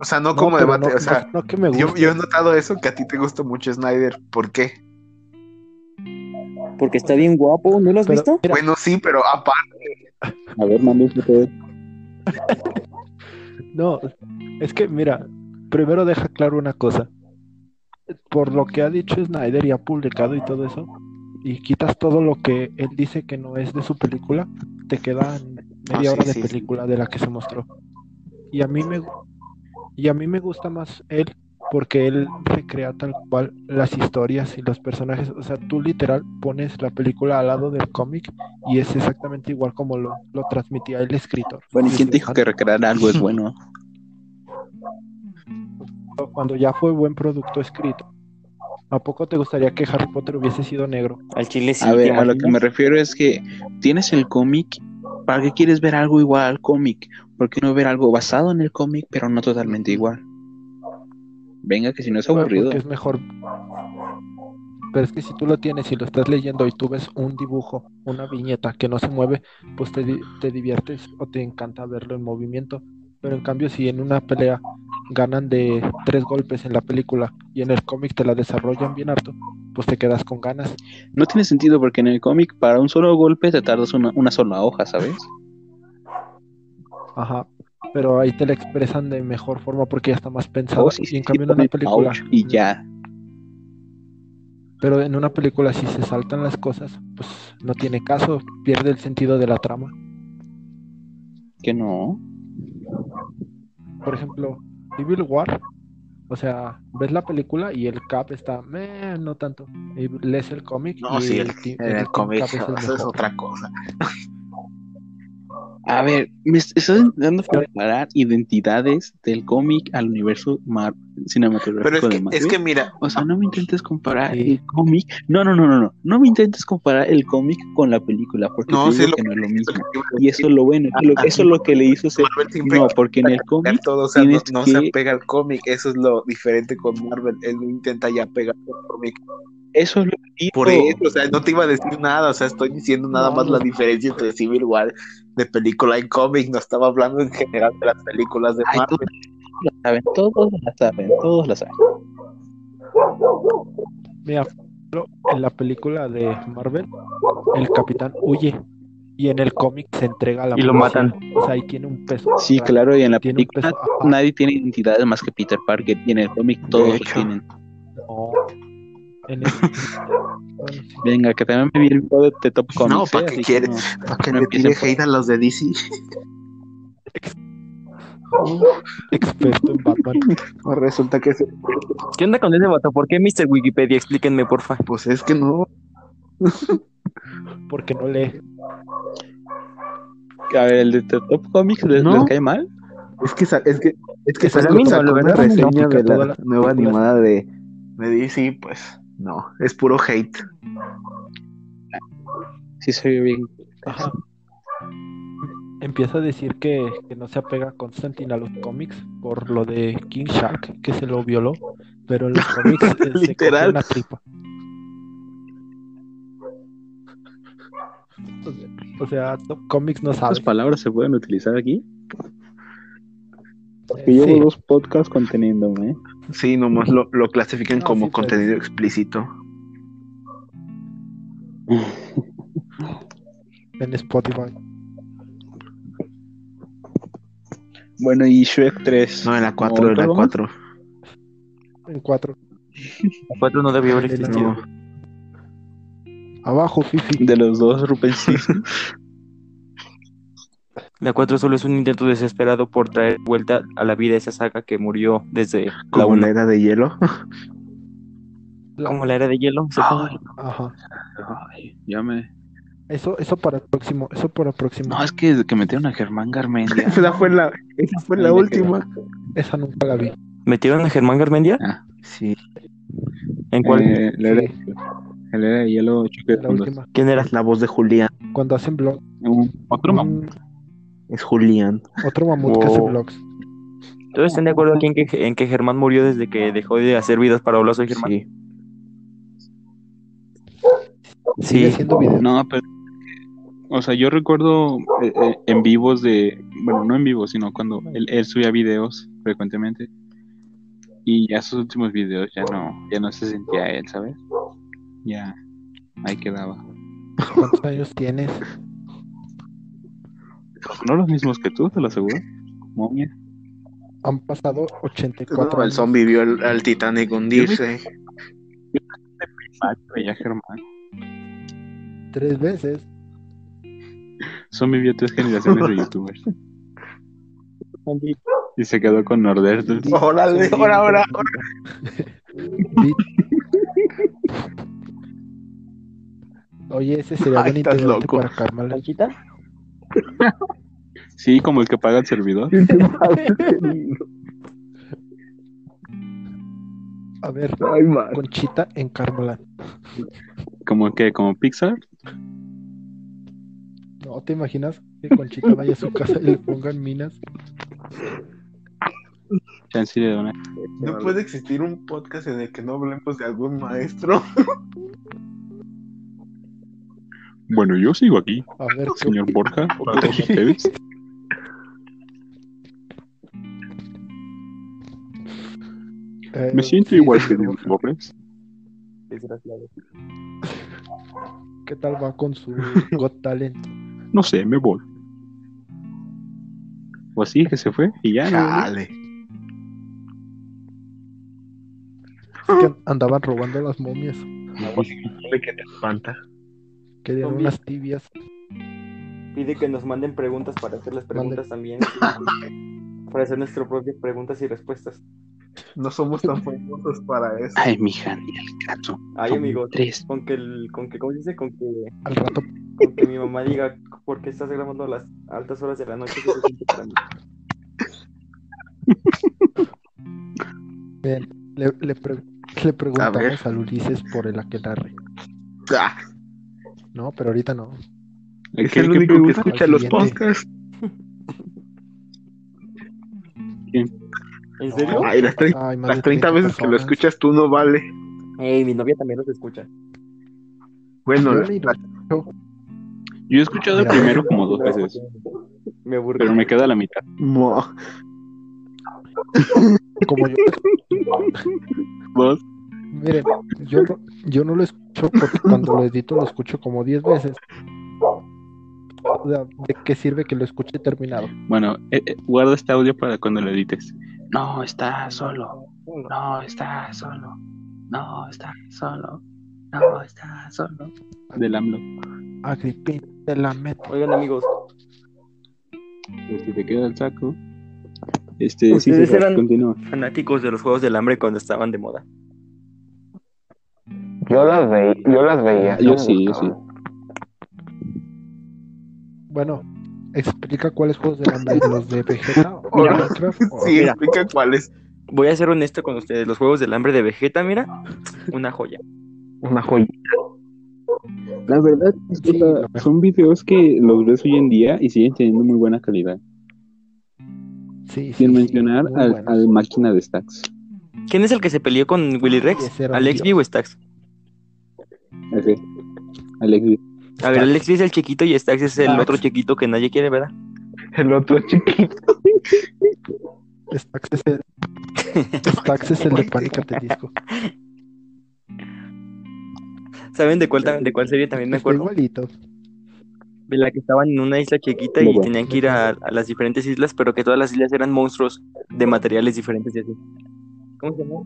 S4: O sea, no,
S3: no,
S4: como
S3: pero
S4: debate.
S3: no-
S4: o sea,
S3: no- no que me guste.
S4: yo, yo he notado eso, que a ti te gusta mucho Snyder. ¿Por qué?
S1: Porque está bien guapo, ¿no lo has
S3: Pero,
S1: visto?
S3: mira,
S4: Bueno, sí, pero aparte.
S2: A ver, mande usted.
S3: no, es que mira, primero deja claro una cosa. Por lo que ha dicho Snyder y ha publicado y todo eso, y quitas todo lo que él dice que no es de su película, te quedan media
S4: Ah,
S3: hora
S4: sí,
S3: de
S4: sí, sí.
S3: película de la que se mostró. Y a mí me gu- y a mí me gusta más él porque él recrea tal cual las historias y los personajes, o sea, tú literal pones la película al lado del cómic y es exactamente igual como lo, lo transmitía el escritor.
S2: Bueno, ¿y quién te dijo que recrear algo es bueno?
S3: cuando ya fue buen producto escrito. ¿A poco te gustaría que Harry Potter hubiese sido negro?
S1: Al chile sí.
S2: A ver,
S1: ¿te
S2: a lo que me
S1: imaginas?
S2: refiero es que tienes el cómic, ¿para qué quieres ver algo igual al cómic? ¿Por qué no ver algo basado en el cómic, pero no totalmente igual? Venga, que si no es aburrido.
S3: Porque es mejor. Pero es que si tú lo tienes y lo estás leyendo y tú ves un dibujo, una viñeta que no se mueve, pues te, di- te diviertes o te encanta verlo en movimiento. Pero en cambio, si en una pelea ganan de tres golpes en la película y en el cómic te la desarrollan bien harto, pues te quedas con ganas.
S2: No tiene sentido porque en el cómic para un solo golpe te tardas una, una sola hoja, ¿sabes?
S3: Ajá. Pero ahí te la expresan de mejor forma porque ya está más pensado.
S2: Oh, sí,
S3: y
S2: sí,
S3: en cambio, en
S2: pone
S3: una película.
S2: ouch y ya.
S3: Pero en una película, si se saltan las cosas, pues no tiene caso, pierde el sentido de la trama.
S2: Que no.
S3: Por ejemplo, Evil War, o sea, ves la película y el Cap está, "Meh, no tanto. Y lees el cómic
S4: No,
S3: y
S4: sí, el,
S3: ti-
S4: en el
S3: Team
S4: cómic,
S3: Cap es el
S4: eso es
S3: mejor.
S4: otra cosa.
S2: A ver, me est- estás intentando comparar identidades del cómic al universo mar- cinematográfico
S4: Pero es
S2: de
S4: que,
S2: Marvel.
S4: es que mira,
S2: O sea, no me intentes comparar
S3: Sí.
S2: el cómic. No, no, no, no, no. No me intentes comparar el cómic con la película, porque
S4: No,
S2: te
S4: sí,
S2: digo
S4: lo-
S2: que no es lo
S4: lo que
S2: mismo.
S4: iba a
S2: Y
S4: decir,
S2: eso es lo bueno. que lo-
S4: Ajá.
S2: eso es lo que le hizo ser.
S4: Marvel siempre
S2: No, porque en el cómic.
S4: intenta todo, o sea, no,
S2: tienes
S4: no
S2: que-
S4: se apega al cómic, eso es lo diferente con Marvel, él no intenta ya pegar al cómic.
S2: Eso es lo que digo.
S4: Por eso, o sea, no te iba a decir nada, o sea, estoy diciendo nada
S3: No,
S4: más
S3: no.
S4: la diferencia entre Civil War de película y cómic, no estaba hablando en general de las películas de
S2: Ay,
S4: Marvel.
S2: todos la saben, todos la saben, todos la saben.
S3: Mira, ejemplo, en la película de Marvel, el capitán huye y en el cómic se entrega a la
S5: Y lo
S3: policía.
S5: matan.
S3: O sea, ahí tiene un peso.
S2: Sí, claro, y en la
S3: Tiene un
S2: película
S3: peso. ajá,
S2: nadie tiene identidad más que Peter Parker y en el cómic todos lo
S4: hecho.
S2: tienen.
S3: no. En el- Bueno, sí.
S2: Venga, que también me vi el juego de Top Comics.
S4: No, ¿pa'
S2: ¿eh?
S4: qué
S2: Así que
S4: quieres?
S2: no.
S4: ¿Para que
S2: No
S4: le tire
S2: empiecen
S4: hate a los de DC?
S3: experto en Batman.
S4: O Pues resulta que se-
S1: ¿Qué onda con ese vato? ¿Por qué Mr. Wikipedia? Explíquenme, porfa.
S4: pues es que no.
S3: Porque no lee.
S2: A ver, el de Top Comics les,
S4: No.
S2: les cae mal.
S4: Es que sa- es que es que
S1: Pues a
S4: sacó-
S1: mí no,
S4: sacó
S1: la
S4: una
S1: verdad,
S4: reseña
S3: no,
S4: de
S3: toda
S4: la,
S3: la-
S4: nueva animada de, de DC, pues no, es puro hate.
S2: Sí, se vio bien.
S3: Ajá. Empieza a decir que, que no se apega a Constantine a los cómics por lo de King Shark, que se lo violó, pero en los cómics eh, se
S4: Literal.
S3: cogió una tripa. O sea- O sea, Top Comics no sabe.
S2: ¿Las palabras se pueden utilizar aquí? Porque
S3: Eh,
S2: llevo
S3: sí.
S2: dos podcasts conteniéndome. ¿eh?
S4: Sí, nomás lo, lo clasifican
S3: No,
S4: como
S3: sí, pues.
S4: contenido explícito.
S3: en Spotify.
S2: Bueno, y Shrek 3.
S4: No, en la 4, en la
S2: ¿Otro?
S4: 4.
S3: En cuatro.
S1: El 4 no debió haber existido.
S4: No.
S3: Abajo, Fifi.
S2: De los dos Rupensis.
S1: La 4 solo es un intento desesperado por traer vuelta a la vida esa saga que murió desde la
S4: Como
S1: 1.
S4: la era de hielo.
S1: Como la era de hielo. se-
S2: Ay,
S3: Ajá.
S2: ay, ya me...
S3: Eso, eso para el próximo. Eso para el próximo.
S2: No, es que desde que metieron a Germán Garmendia.
S4: Esa fue la, esa fue
S2: Ahí
S4: la
S2: me
S4: última.
S3: Esa nunca la vi.
S1: ¿Metieron a Germán Garmendia?
S4: Sí,
S1: ¿En cuál?
S2: Eh, la era,
S3: Sí,
S2: la era de hielo choque de
S3: la
S2: mundos.
S3: última.
S1: ¿Quién era?
S4: es la voz de Julián.
S3: Cuando hacen blog.
S2: Un- Otro mam-
S3: un-
S4: Es Julián.
S3: otro mamut que hace
S1: Wow.
S3: blogs.
S1: ¿Todos están de acuerdo aquí en que, en que Germán murió desde que dejó de hacer videos para hablar soy Germán?
S4: Sí.
S3: Sigue haciendo videos.
S2: No, pero... O sea, yo recuerdo eh, eh, en vivos de... Bueno, no en vivo, sino cuando él, él subía videos frecuentemente. Y ya sus últimos videos ya no, ya no se sentía él, ¿sabes? Ya, ahí quedaba.
S3: ¿Cuántos años tienes?
S2: No los mismos que tú, te lo aseguro. Momia.
S3: Han pasado 84
S4: No, el
S3: años.
S4: zombie vio al, al Titanic hundirse.
S2: Ay, ya Germán.
S3: Tres veces.
S2: Son vivió tres generaciones de youtubers. Y se quedó con Norder.
S4: Órale, ahora, ahora.
S3: Vi- Oye, ese sería
S4: Ay,
S3: buen
S4: estás
S3: integrante
S4: loco.
S3: para Carmela.
S2: Sí, como el que paga el servidor.
S3: A ver,
S4: Ay, man.
S3: Conchita en Carmela.
S2: Como que, como Pixar.
S3: ¿No te imaginas que Conchita vaya a su casa y le pongan minas?
S2: Chance de donar.
S4: No puede existir un podcast en el que no hablemos de algún maestro.
S2: Bueno, yo sigo aquí,
S3: A ver, ¿qué
S2: señor Borja. ¿Cómo te ves?
S3: Eh,
S2: Me siento
S3: sí,
S2: igual
S3: sí,
S2: que
S3: sí.
S2: los pobres.
S3: ¿Qué tal va con su Got Talent?
S2: No sé, me voy. O así que se fue y ya. ¿no?
S4: Chale.
S3: Es que andaban robando las momias.
S4: ¿De qué te espanta?
S3: Querían
S1: Zombies.
S3: unas tibias.
S1: Pide que nos manden preguntas para hacer las preguntas también. para hacer nuestras propias preguntas y respuestas.
S4: No somos tan famosos para eso.
S2: Ay, mija, ni al caso.
S1: Ay, amigo.
S2: Tres.
S1: Con que, el, con que, ¿cómo se dice? Con que,
S3: Al rato
S1: con que mi mamá diga, ¿por qué estás grabando a las altas horas de la noche? Eso es suficiente para mí.
S3: Bien, le, le pre- le preguntamos
S4: ver.
S3: al Ulises por el aquelarre.
S4: Ah,
S3: No, pero ahorita no.
S4: es
S2: ¿Qué-
S4: el
S2: qué
S4: único que
S2: pregunta?
S4: escucha los
S3: Siguiente.
S4: podcasts.
S1: ¿En serio?
S4: Ay, las, tre-
S3: Ay, más
S4: las
S3: de
S4: 30 veces que lo
S3: personas.
S4: escuchas tú no vale.
S1: Ey, mi novia también los escucha.
S4: Bueno,
S3: Yo
S4: la-
S3: ni lo
S4: la-
S2: Yo he escuchado el
S3: Mira.
S2: primero como dos veces,
S1: Me aburrí.
S2: pero me queda la mitad.
S4: mo-
S3: Como yo
S2: Dos.
S3: Mire, yo, no- yo no lo escucho porque cuando lo edito lo escucho como 10 veces. O sea, ¿de qué sirve que lo escuche terminado?
S2: Bueno, eh, eh, guarda este audio para cuando lo edites. No, está solo. No, está solo. No, está solo. No, está solo. Del AMLO.
S3: Agripina de la meta.
S1: Oigan, amigos,
S2: Pues si te queda el saco. Este, sí,
S1: Ustedes
S2: sí,
S1: eran-
S2: continúa.
S1: fanáticos de los Juegos del Hambre cuando estaban de moda.
S4: Yo las, ve- yo las veía.
S2: Ah, Yo
S4: no me
S2: sí, yo
S4: gustaban.
S3: Bueno, explica cuáles juegos de hambre, los de Vegeta o
S4: Mira.
S3: Minecraft. o-
S4: Sí,
S1: Mira.
S4: explica cuáles.
S1: Voy a ser honesto con ustedes. Los Juegos del Hambre de Vegeta, mira, una joya.
S4: Una joya.
S2: La verdad, es que
S3: Sí,
S2: la-
S3: lo mejor.
S2: son videos que los ves hoy en día y siguen teniendo muy buena calidad.
S3: Sí, sí,
S2: Sin
S3: sí,
S2: mencionar
S3: muy
S2: al,
S3: buenos.
S2: al máquina de stacks.
S1: ¿Quién es el que se peleó con Willy Rex?
S3: Ese era
S1: ¿Alex
S3: un
S1: B
S3: dios.
S1: o Stax?
S2: Ese. Alex,
S1: A ver, Alex B es el chiquito y Stax es el
S4: Stax.
S1: otro chiquito que nadie quiere, ¿verdad?
S4: El otro chiquito.
S3: Stax es el, Stax es el de Pánica de Disco.
S1: ¿Saben de cuál, ta- de cuál serie también me
S3: Está
S1: acuerdo?
S3: igualito.
S1: De la que estaban en una isla chiquita y
S2: Lobo.
S1: tenían que ir a, a las diferentes islas, pero que todas las islas eran monstruos de materiales diferentes y así. ¿Cómo se llama?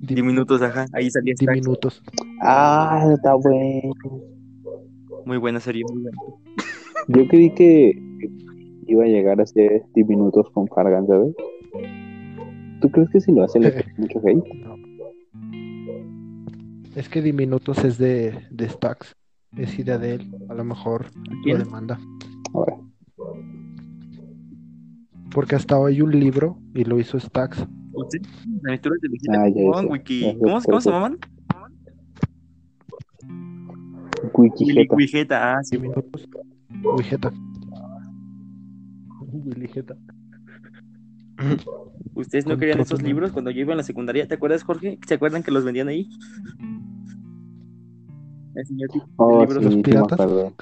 S3: Di-
S1: Diminutos, ajá. Ahí salía Stax.
S3: Diminutos.
S2: Ah, está bueno.
S1: Muy buena serie. muy buena.
S2: Yo creí que iba a llegar a ser 10 minutos con Fargan, ¿sabes? ¿Tú crees que si lo hace le
S3: Eh.
S2: hace mucho hate?
S3: Es que Diminutos es de, de Stax. Es idea de él. A lo mejor lo
S1: ¿Quién?
S3: demanda.
S2: Ahora,
S3: Porque hasta hoy hay un libro y lo hizo Stax.
S1: ¿Ustedes? ¿Las aventuras de Vegeta?
S2: Ah, ya, ya
S1: Pokémon,
S2: sé.
S1: Wiki-
S2: Ya sé,
S1: ¿Cómo, cómo se
S2: perfecto.
S1: llamaban? Willy
S2: Wikijeta.
S1: Wigeta, ah, sí.
S3: Diminutos. Wigeta. Wiligeta.
S1: ¿Ustedes no
S3: Con
S1: querían
S3: todo
S1: esos
S3: tu
S1: libros cuando yo iba en la secundaria? ¿Te acuerdas, Jorge? ¿Se acuerdan que los vendían ahí? El señor Pi-
S2: Oh,
S1: libros
S2: sí,
S1: de
S3: los
S2: sí, me
S3: piratas.
S2: acuerdo.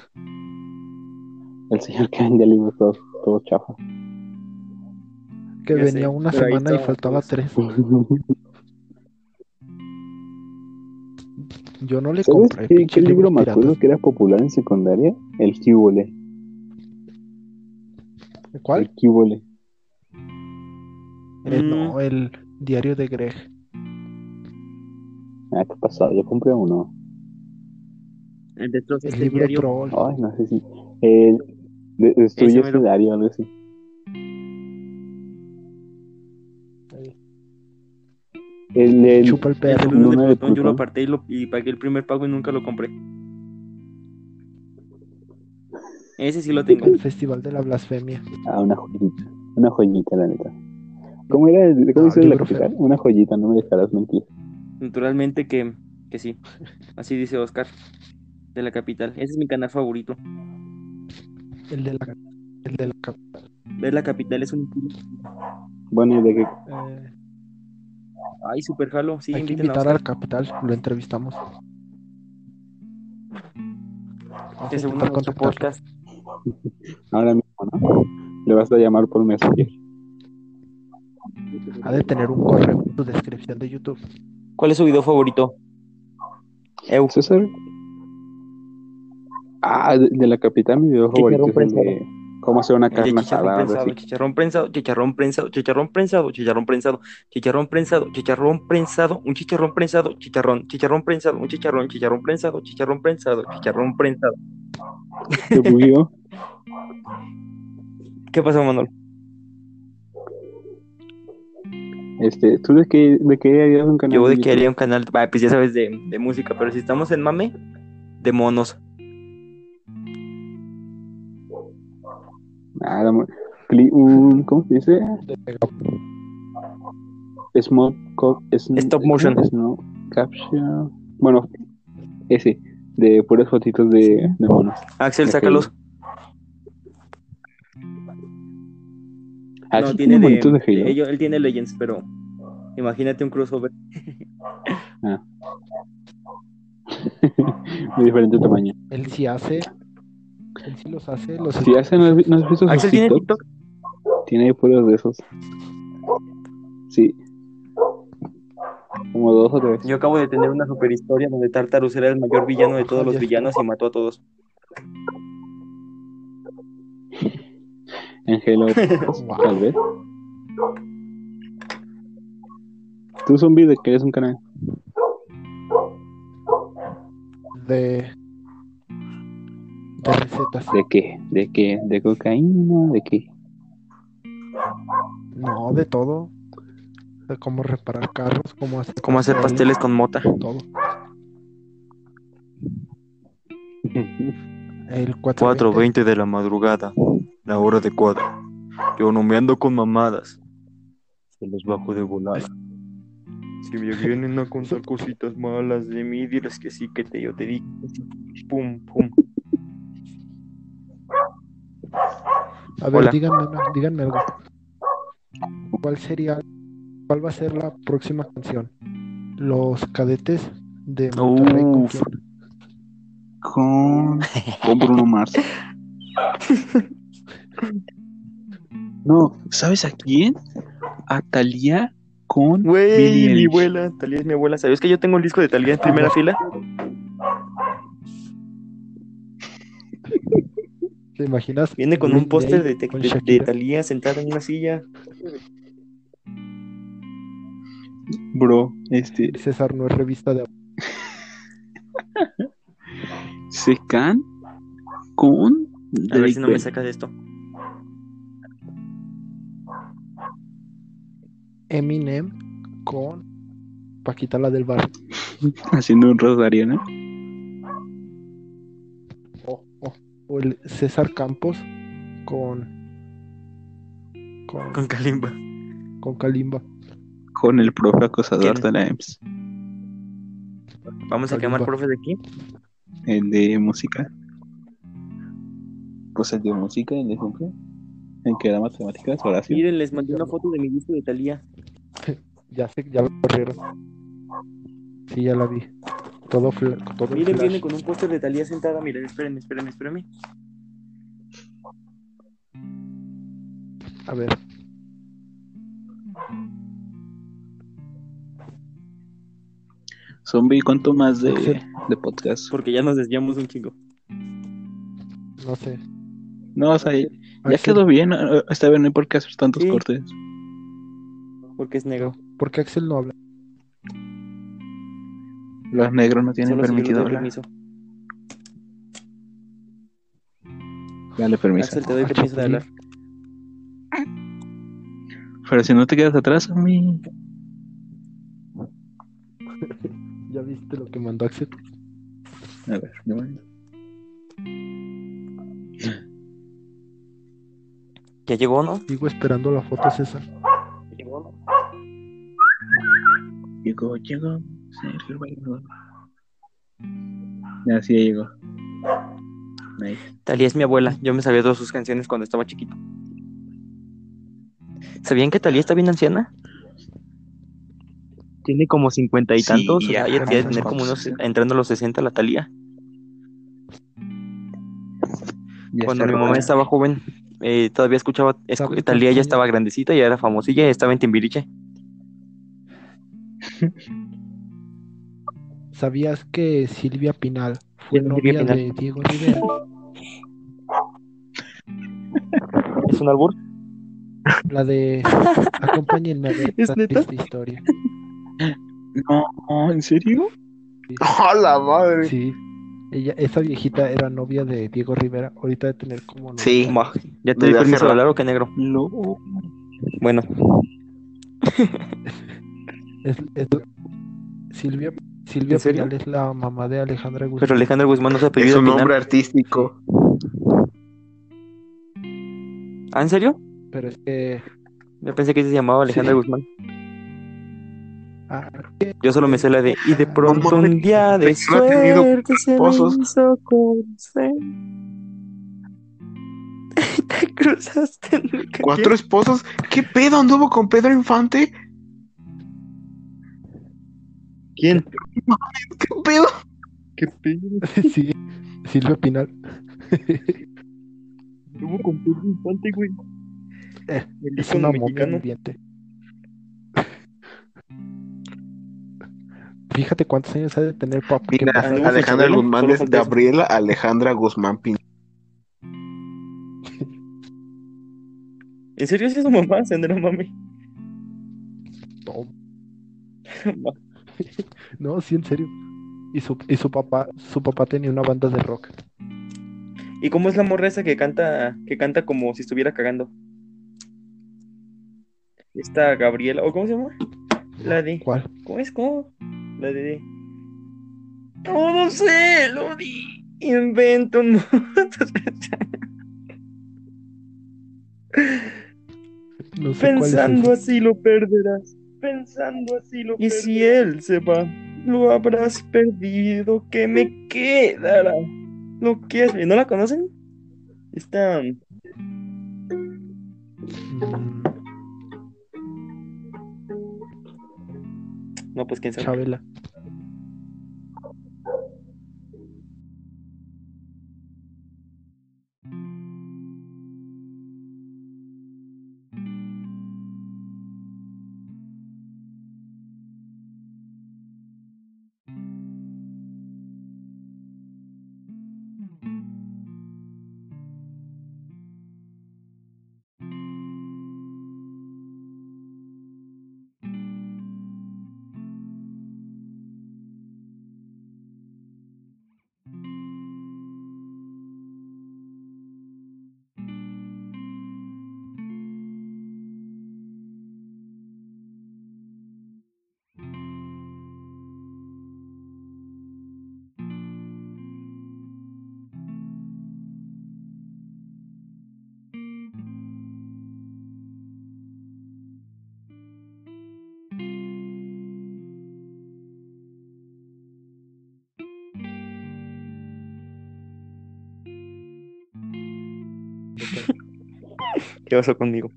S2: El señor que vendía libros todos, todos chafas.
S1: Ya
S3: Que venía
S1: sé,
S3: una
S1: pero ahí pues.
S3: semana y
S1: estaban
S3: faltaba
S1: todos.
S3: tres. Yo no le
S2: ¿Sabes
S3: compré.
S2: qué, qué
S3: pinches
S2: libro
S3: libros
S2: me acuerdo
S3: piratas.
S2: que era popular en secundaria? El Kibole.
S3: ¿Cuál?
S2: El Kibole.
S3: Eh,
S1: Mm.
S3: no, el diario de Greg.
S2: Ah, ¿qué pasó? Yo compré uno.
S1: el destrozo
S3: El
S1: del
S3: libro
S1: Este diario.
S3: Troll.
S2: Ay, no sé si. El de- destruye
S1: Ese mero.
S2: su diario o algo así. El, el,
S3: Chupa el
S1: El
S3: perro.
S2: Uno
S1: segundo de
S2: de
S1: Plutón yo lo
S2: Plutón.
S1: aparté y, lo- y pagué el primer pago y nunca lo compré. Ese sí lo tengo.
S3: El festival de la blasfemia.
S2: Ah, una joyita. Una joyita, la neta. ¿Cómo era? el- ¿Cómo
S3: Ah,
S2: hicieron la
S3: libro feo.
S2: capital? Una joyita, no me dejarás mentir.
S1: Naturalmente que, que sí. Así dice Oscar, de la capital. Ese es mi canal favorito.
S3: El de la. El de la cap-
S1: Ver la capital es un...
S2: Bueno, ¿y de qué?
S3: eh,
S1: Ay, super jalo. Sí,
S3: hay que
S1: inviten a
S3: invitar
S1: Oscar.
S3: al capital. Lo entrevistamos. Vamos a
S1: Que según
S3: intentar
S1: nuestro
S3: contactarlo.
S1: podcast.
S2: Ahora mismo, ¿no? Le vas a llamar por Messenger.
S3: Ha de tener un correo en su descripción de YouTube.
S1: ¿Cuál es su video favorito? Eu.
S2: César. Ah, de, de la capital mi video favorito
S1: Chicharrón
S2: es el de cómo hacer una
S1: El de
S2: carne
S1: chicharrón
S2: asada. algo
S1: prensado,
S2: así.
S1: chicharrón prensado, chicharrón prensado, chicharrón prensado, chicharrón prensado, chicharrón prensado, chicharrón prensado, un chicharrón prensado, chicharrón, chicharrón prensado, un chicharrón, chicharrón prensado, chicharrón prensado, chicharrón prensado.
S2: Se bugueó.
S1: ¿Qué pasó, Manuel?
S2: Este, ¿tú de qué, de qué harías un canal?
S1: Yo de
S2: YouTube?
S1: que haría un canal, ah, pues ya sabes, de, de música, pero si estamos en mame, de monos.
S2: Ah, la mo- cli- un, ¿cómo se dice? Small cop, es-
S1: Stop motion.
S2: es- no, caption. Bueno, ese, de puras fotitos de, de monos.
S1: Axel,
S2: Ok.
S1: sácalos.
S2: Ah,
S1: no,
S2: sí,
S1: Ah, tiene de,
S2: monitos de Halo.
S1: de ello- él tiene Legends, pero imagínate un crossover.
S2: de diferente tamaño.
S3: Él sí hace. Él sí los hace. Los
S2: Si hacen, ¿no has vi- no has visto sus
S1: Axel tiene
S2: TikTok?
S1: TikTok.
S2: Tiene puros de esos. Sí. Como dos o tres.
S1: Yo acabo de tener una superhistoria donde Tartarus era el mayor villano de todos los villanos y mató a todos.
S2: Angelo, tal vez. Tú zombie de que eres un canal.
S3: de, de recetas.
S2: ¿De qué? ¿De qué? ¿De cocaína? ¿De qué?
S3: No, de todo. De cómo reparar carros, cómo hacer,
S1: Como hacer pasteles con mota.
S3: Todo. El 420.
S1: 4.20 de la madrugada, la hora de cuatro. Yo no me ando con mamadas. Se los bajo de volada. Si me vienen a contar cositas malas de mí, diles que sí, que te, yo te digo. Pum, pum.
S3: A ver,
S1: Hola.
S3: díganme, una- díganme algo. ¿Cuál sería, cuál va a ser la próxima canción? Los cadetes de Monterrey. ¿con
S1: Uf.
S3: quién?
S2: Con. Con Bruno Mars. No, ¿sabes a quién? A Thalía con. Billie
S1: Güey, mi
S2: Eilish.
S1: abuela, Talía es mi abuela. ¿Sabes que yo tengo el disco de Talía en primera fila?
S3: ¿Te imaginas?
S1: Viene con
S3: Green
S1: un póster
S3: Day
S1: de,
S3: con
S1: de, de
S3: Shakira?
S1: Talía sentada en una silla.
S2: Bro, este.
S3: César no es revista de
S2: Secan con.
S1: A ver
S2: Drake
S1: si no me
S2: Bell.
S1: sacas de esto.
S3: Eminem con Paquita la del barrio.
S2: Haciendo un rosario, ¿no?
S3: O, o- o el César Campos con con,
S1: Con Kalimba.
S3: con Kalimba.
S2: Con el profe acosador
S1: ¿Quién?
S2: de la E EMS.
S1: Vamos a
S3: Kalimba.
S1: quemar profes de aquí.
S2: El de música. Pues el de música, el de siempre. El que era matemáticas, ahora sí.
S1: Miren, les mandé una foto de mi disco de Talía.
S3: Ya sé, ya lo corrieron. Sí, ya la vi. Todo, fla- todo en
S1: Miren,
S3: flash.
S1: viene con un póster de Talía sentada. Miren, espérenme, espérenme, espérenme.
S3: A ver.
S2: Zombie, ¿cuánto más de,
S3: Sí.
S2: de podcast?
S1: Porque ya nos desviamos un chingo.
S3: No sé.
S2: No, o sea, ya
S3: Axel,
S2: quedó bien. eh, Esta vez no hay por qué hacer tantos
S1: Sí.
S2: cortes.
S1: Porque es negro.
S3: ¿Por qué Axel no habla?
S2: Los negros no tienen
S1: Solo si yo le
S2: permitido
S1: doy
S2: hablar.
S1: permiso.
S2: Dale permiso.
S1: Axel, te doy
S3: Ah,
S1: permiso de
S3: Chapulín.
S1: hablar.
S2: Pero si no te quedas atrás, zombie.
S3: ¿Ya viste lo que mandó Axel?
S2: A ver, de momento.
S1: Ya llegó, ¿no?
S3: Sigo esperando la foto, César.
S2: Llegó, llegó. Sergio Bayardo. Ya, sí, ya llegó. Nice.
S1: Talía es mi abuela. Yo me sabía todas sus canciones cuando estaba chiquito. ¿Sabían que Talía está bien anciana? Tiene como cincuenta y
S2: Sí,
S1: tantos.
S2: ya,
S1: o sea, ella tiene que
S2: unos
S1: tener como unos
S2: cuantos, sí.
S1: entrando a los 60 la Talía.
S2: Ya
S1: Cuando
S2: está
S1: mi mamá
S2: roto.
S1: estaba joven, eh, todavía escuchaba.
S3: Tampoco
S1: Escu Talía
S3: tenía-
S1: ya estaba grandecita, ya era famosilla, ya estaba en Timbiriche.
S3: ¿Sabías que Silvia Pinal fue
S1: ¿Quién es Silvia
S3: novia
S1: Pinal?
S3: de Diego Rivera?
S1: ¿Es un albur?
S3: La de Acompáñenme a ver
S1: ¿Es
S3: esta
S1: neta?
S3: triste historia.
S2: No, ¿en serio?
S4: ¡Oh, la madre!
S3: Sí. Ella, esa viejita era novia de Diego Rivera. Ahorita de tener como.
S4: Sí.
S1: Ma, ¿Ya te
S4: Me
S1: di
S4: da
S1: permiso de
S4: jerga.
S1: hablar o qué negro?
S2: No.
S1: Bueno,
S3: Es, es- Silvia, Silvia
S1: ¿En serio?
S3: Pinal es la mamá de Alejandra Guzmán.
S1: pero Alejandro Guzmán no se ha
S4: Es
S1: pedido
S4: un nombre artístico.
S1: ¿Ah, en serio?
S3: Pero es que.
S1: Yo pensé que ese se llamaba Alejandra
S2: Sí.
S1: Guzmán.
S3: ah,
S1: Yo solo me sé la de y de
S3: No
S1: pronto
S4: mames,
S1: un día de
S4: no ha tenido
S1: suerte se me
S4: esposos.
S1: hizo conocer. Te cruzaste en mi camino.
S4: ¿Cuatro esposos? ¿Qué pedo anduvo con Pedro Infante?
S1: ¿Quién?
S4: ¿Qué pedo?
S1: ¿Qué pedo?
S3: sí. Silvia Pinal.
S1: Tuvo con Pedro Infante, güey.
S3: Eh,
S1: El
S3: Es
S1: ícono
S3: una momia
S1: mexicano.
S3: viviente. Fíjate cuántos años ha de tener Pop. que
S4: Mira,
S3: pasa-
S1: Andemos
S4: Alejandra
S1: en
S4: Guzmán
S1: Chabelo,
S4: es
S1: solo falta eso.
S4: Gabriela Alejandra Guzmán Pinto.
S1: ¿En serio es su mamá? Se no mami.
S3: No. No, sí, en serio. Y su, y su papá, su papá tenía una banda de rock.
S1: ¿Y cómo es la morra esa que canta, que canta como si estuviera cagando? Esta Gabriela, ¿o cómo se llama? La de.
S3: ¿Cuál?
S1: ¿Cómo es? ¿Cómo? La de. No, no sé, lo di. Invento. No.
S3: No sé cuál es
S1: Pensando
S3: esa.
S1: así lo perderás. Pensando así lo perderás. Y si él se va, lo habrás perdido. ¿Qué me quedará? Lo que es. ¿No la conocen? Esta.
S3: Mm,
S1: No, pues quién sabe.
S3: Chabela.
S1: ¿Qué pasó conmigo?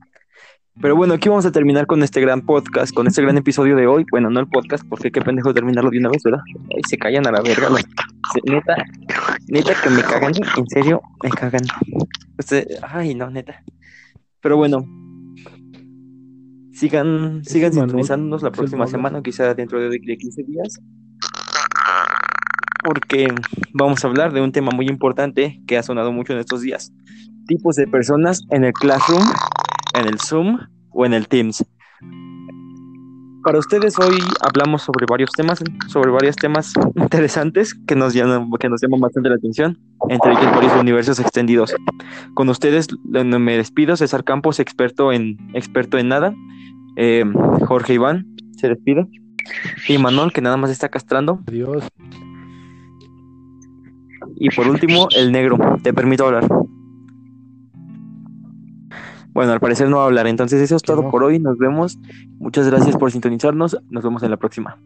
S1: Pero bueno, aquí vamos a terminar con este gran podcast, con este gran episodio de hoy. Bueno, no el podcast, porque qué pendejo terminarlo de una vez, ¿verdad? Ay, se callan a la verga. los- se- Neta, neta que me cagan, en serio, me cagan. Ustedes, ay, no, neta. Pero bueno, sigan, sigan
S3: el Manol,
S1: sintonizándonos la
S3: es el
S1: próxima
S3: Manol.
S1: semana, quizá dentro de, de 15 días. Porque vamos a hablar de un tema muy importante que ha sonado mucho en estos días tipos de personas en el Classroom, en el Zoom o en el Teams. Para ustedes hoy hablamos sobre varios temas, sobre varios temas interesantes que nos llaman, que nos llaman bastante la atención, entre ellos varios universos extendidos. Con ustedes eh, me despido, César Campos, experto en, experto en nada. Eh, Jorge Iván, se despide. Y Manuel, que nada más está castrando.
S3: Adiós.
S1: Y por último, el negro. Te permito hablar. Bueno, al parecer no va a hablar. Entonces eso es
S3: Que
S1: todo
S3: no.
S1: por hoy. Nos vemos. Muchas gracias por sintonizarnos. Nos vemos en la próxima.